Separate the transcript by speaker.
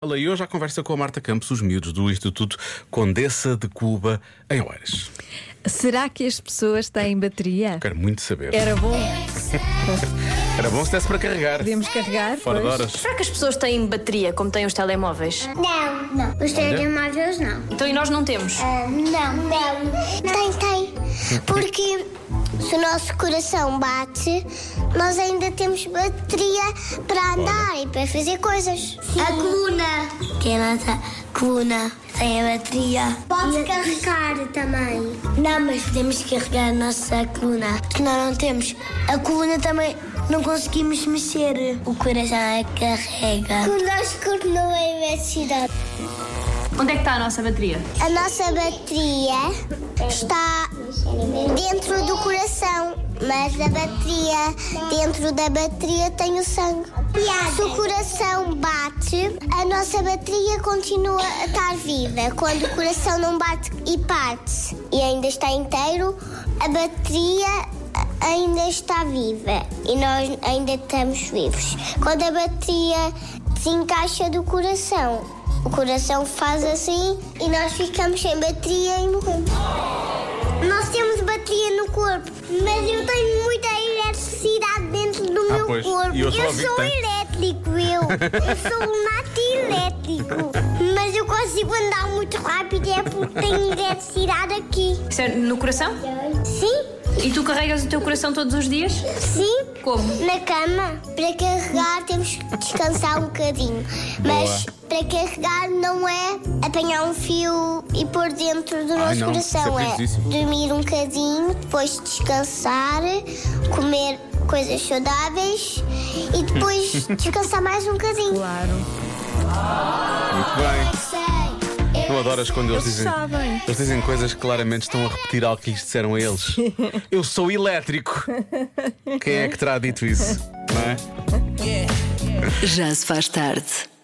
Speaker 1: Olá, e hoje à conversa com a Marta Campos, os miúdos do Instituto Condessa de Cuba, em Oeiras.
Speaker 2: Será que as pessoas têm bateria?
Speaker 1: Quero muito saber.
Speaker 2: Era bom,
Speaker 1: Era bom se desse para carregar.
Speaker 2: podemos carregar.
Speaker 1: Fora de
Speaker 2: pois.
Speaker 1: horas.
Speaker 3: Será que as pessoas têm bateria como têm os telemóveis?
Speaker 4: Não, não. Os telemóveis não.
Speaker 3: Então e nós não temos.
Speaker 4: Ah, não, não. Tem, tem. Porque se o nosso coração bate, nós ainda temos bateria para andar e para fazer coisas. A coluna. Que é a nossa coluna tem a bateria. Pode carregar também. Não, mas podemos carregar a nossa coluna. Que nós não temos. A coluna também não conseguimos mexer. O coração é que carrega. Conosco não é velocidade.
Speaker 3: Onde é que está a nossa bateria?
Speaker 4: A nossa bateria está dentro do coração, mas a bateria, dentro da bateria tem o sangue. Se o coração bate, a nossa bateria continua a estar viva. Quando o coração não bate e parte e ainda está inteiro, a bateria ainda está viva e nós ainda estamos vivos. Quando a bateria se encaixa do coração, o coração faz assim e nós ficamos sem bateria e morremos. Nós temos bateria no corpo, mas eu tenho muita eletricidade dentro do
Speaker 1: Ah,
Speaker 4: meu
Speaker 1: pois.
Speaker 4: corpo.
Speaker 1: E eu só ouvi que
Speaker 4: sou
Speaker 1: tem.
Speaker 4: elétrico, eu. Eu sou um nato elétrico. Mas eu consigo andar muito rápido, é porque tenho eletricidade aqui.
Speaker 3: Isso é no coração?
Speaker 4: Sim?
Speaker 3: E tu carregas o teu coração todos os dias?
Speaker 4: Sim.
Speaker 3: Como?
Speaker 4: Na cama. Para carregar temos que descansar um bocadinho. Mas para carregar não é apanhar um fio e pôr dentro do nosso
Speaker 1: não, isso é
Speaker 4: coração. É
Speaker 1: perigosíssimo.
Speaker 4: dormir um bocadinho, depois descansar, comer coisas saudáveis e depois descansar mais um bocadinho.
Speaker 2: Claro.
Speaker 1: Muito bem. Tu adoras quando eles
Speaker 2: Eles
Speaker 1: dizem.
Speaker 2: sabem.
Speaker 1: Eles dizem coisas que claramente estão a repetir algo que lhes disseram a eles. Eu sou elétrico. Quem é que terá dito isso? Não é?
Speaker 5: Já se faz tarde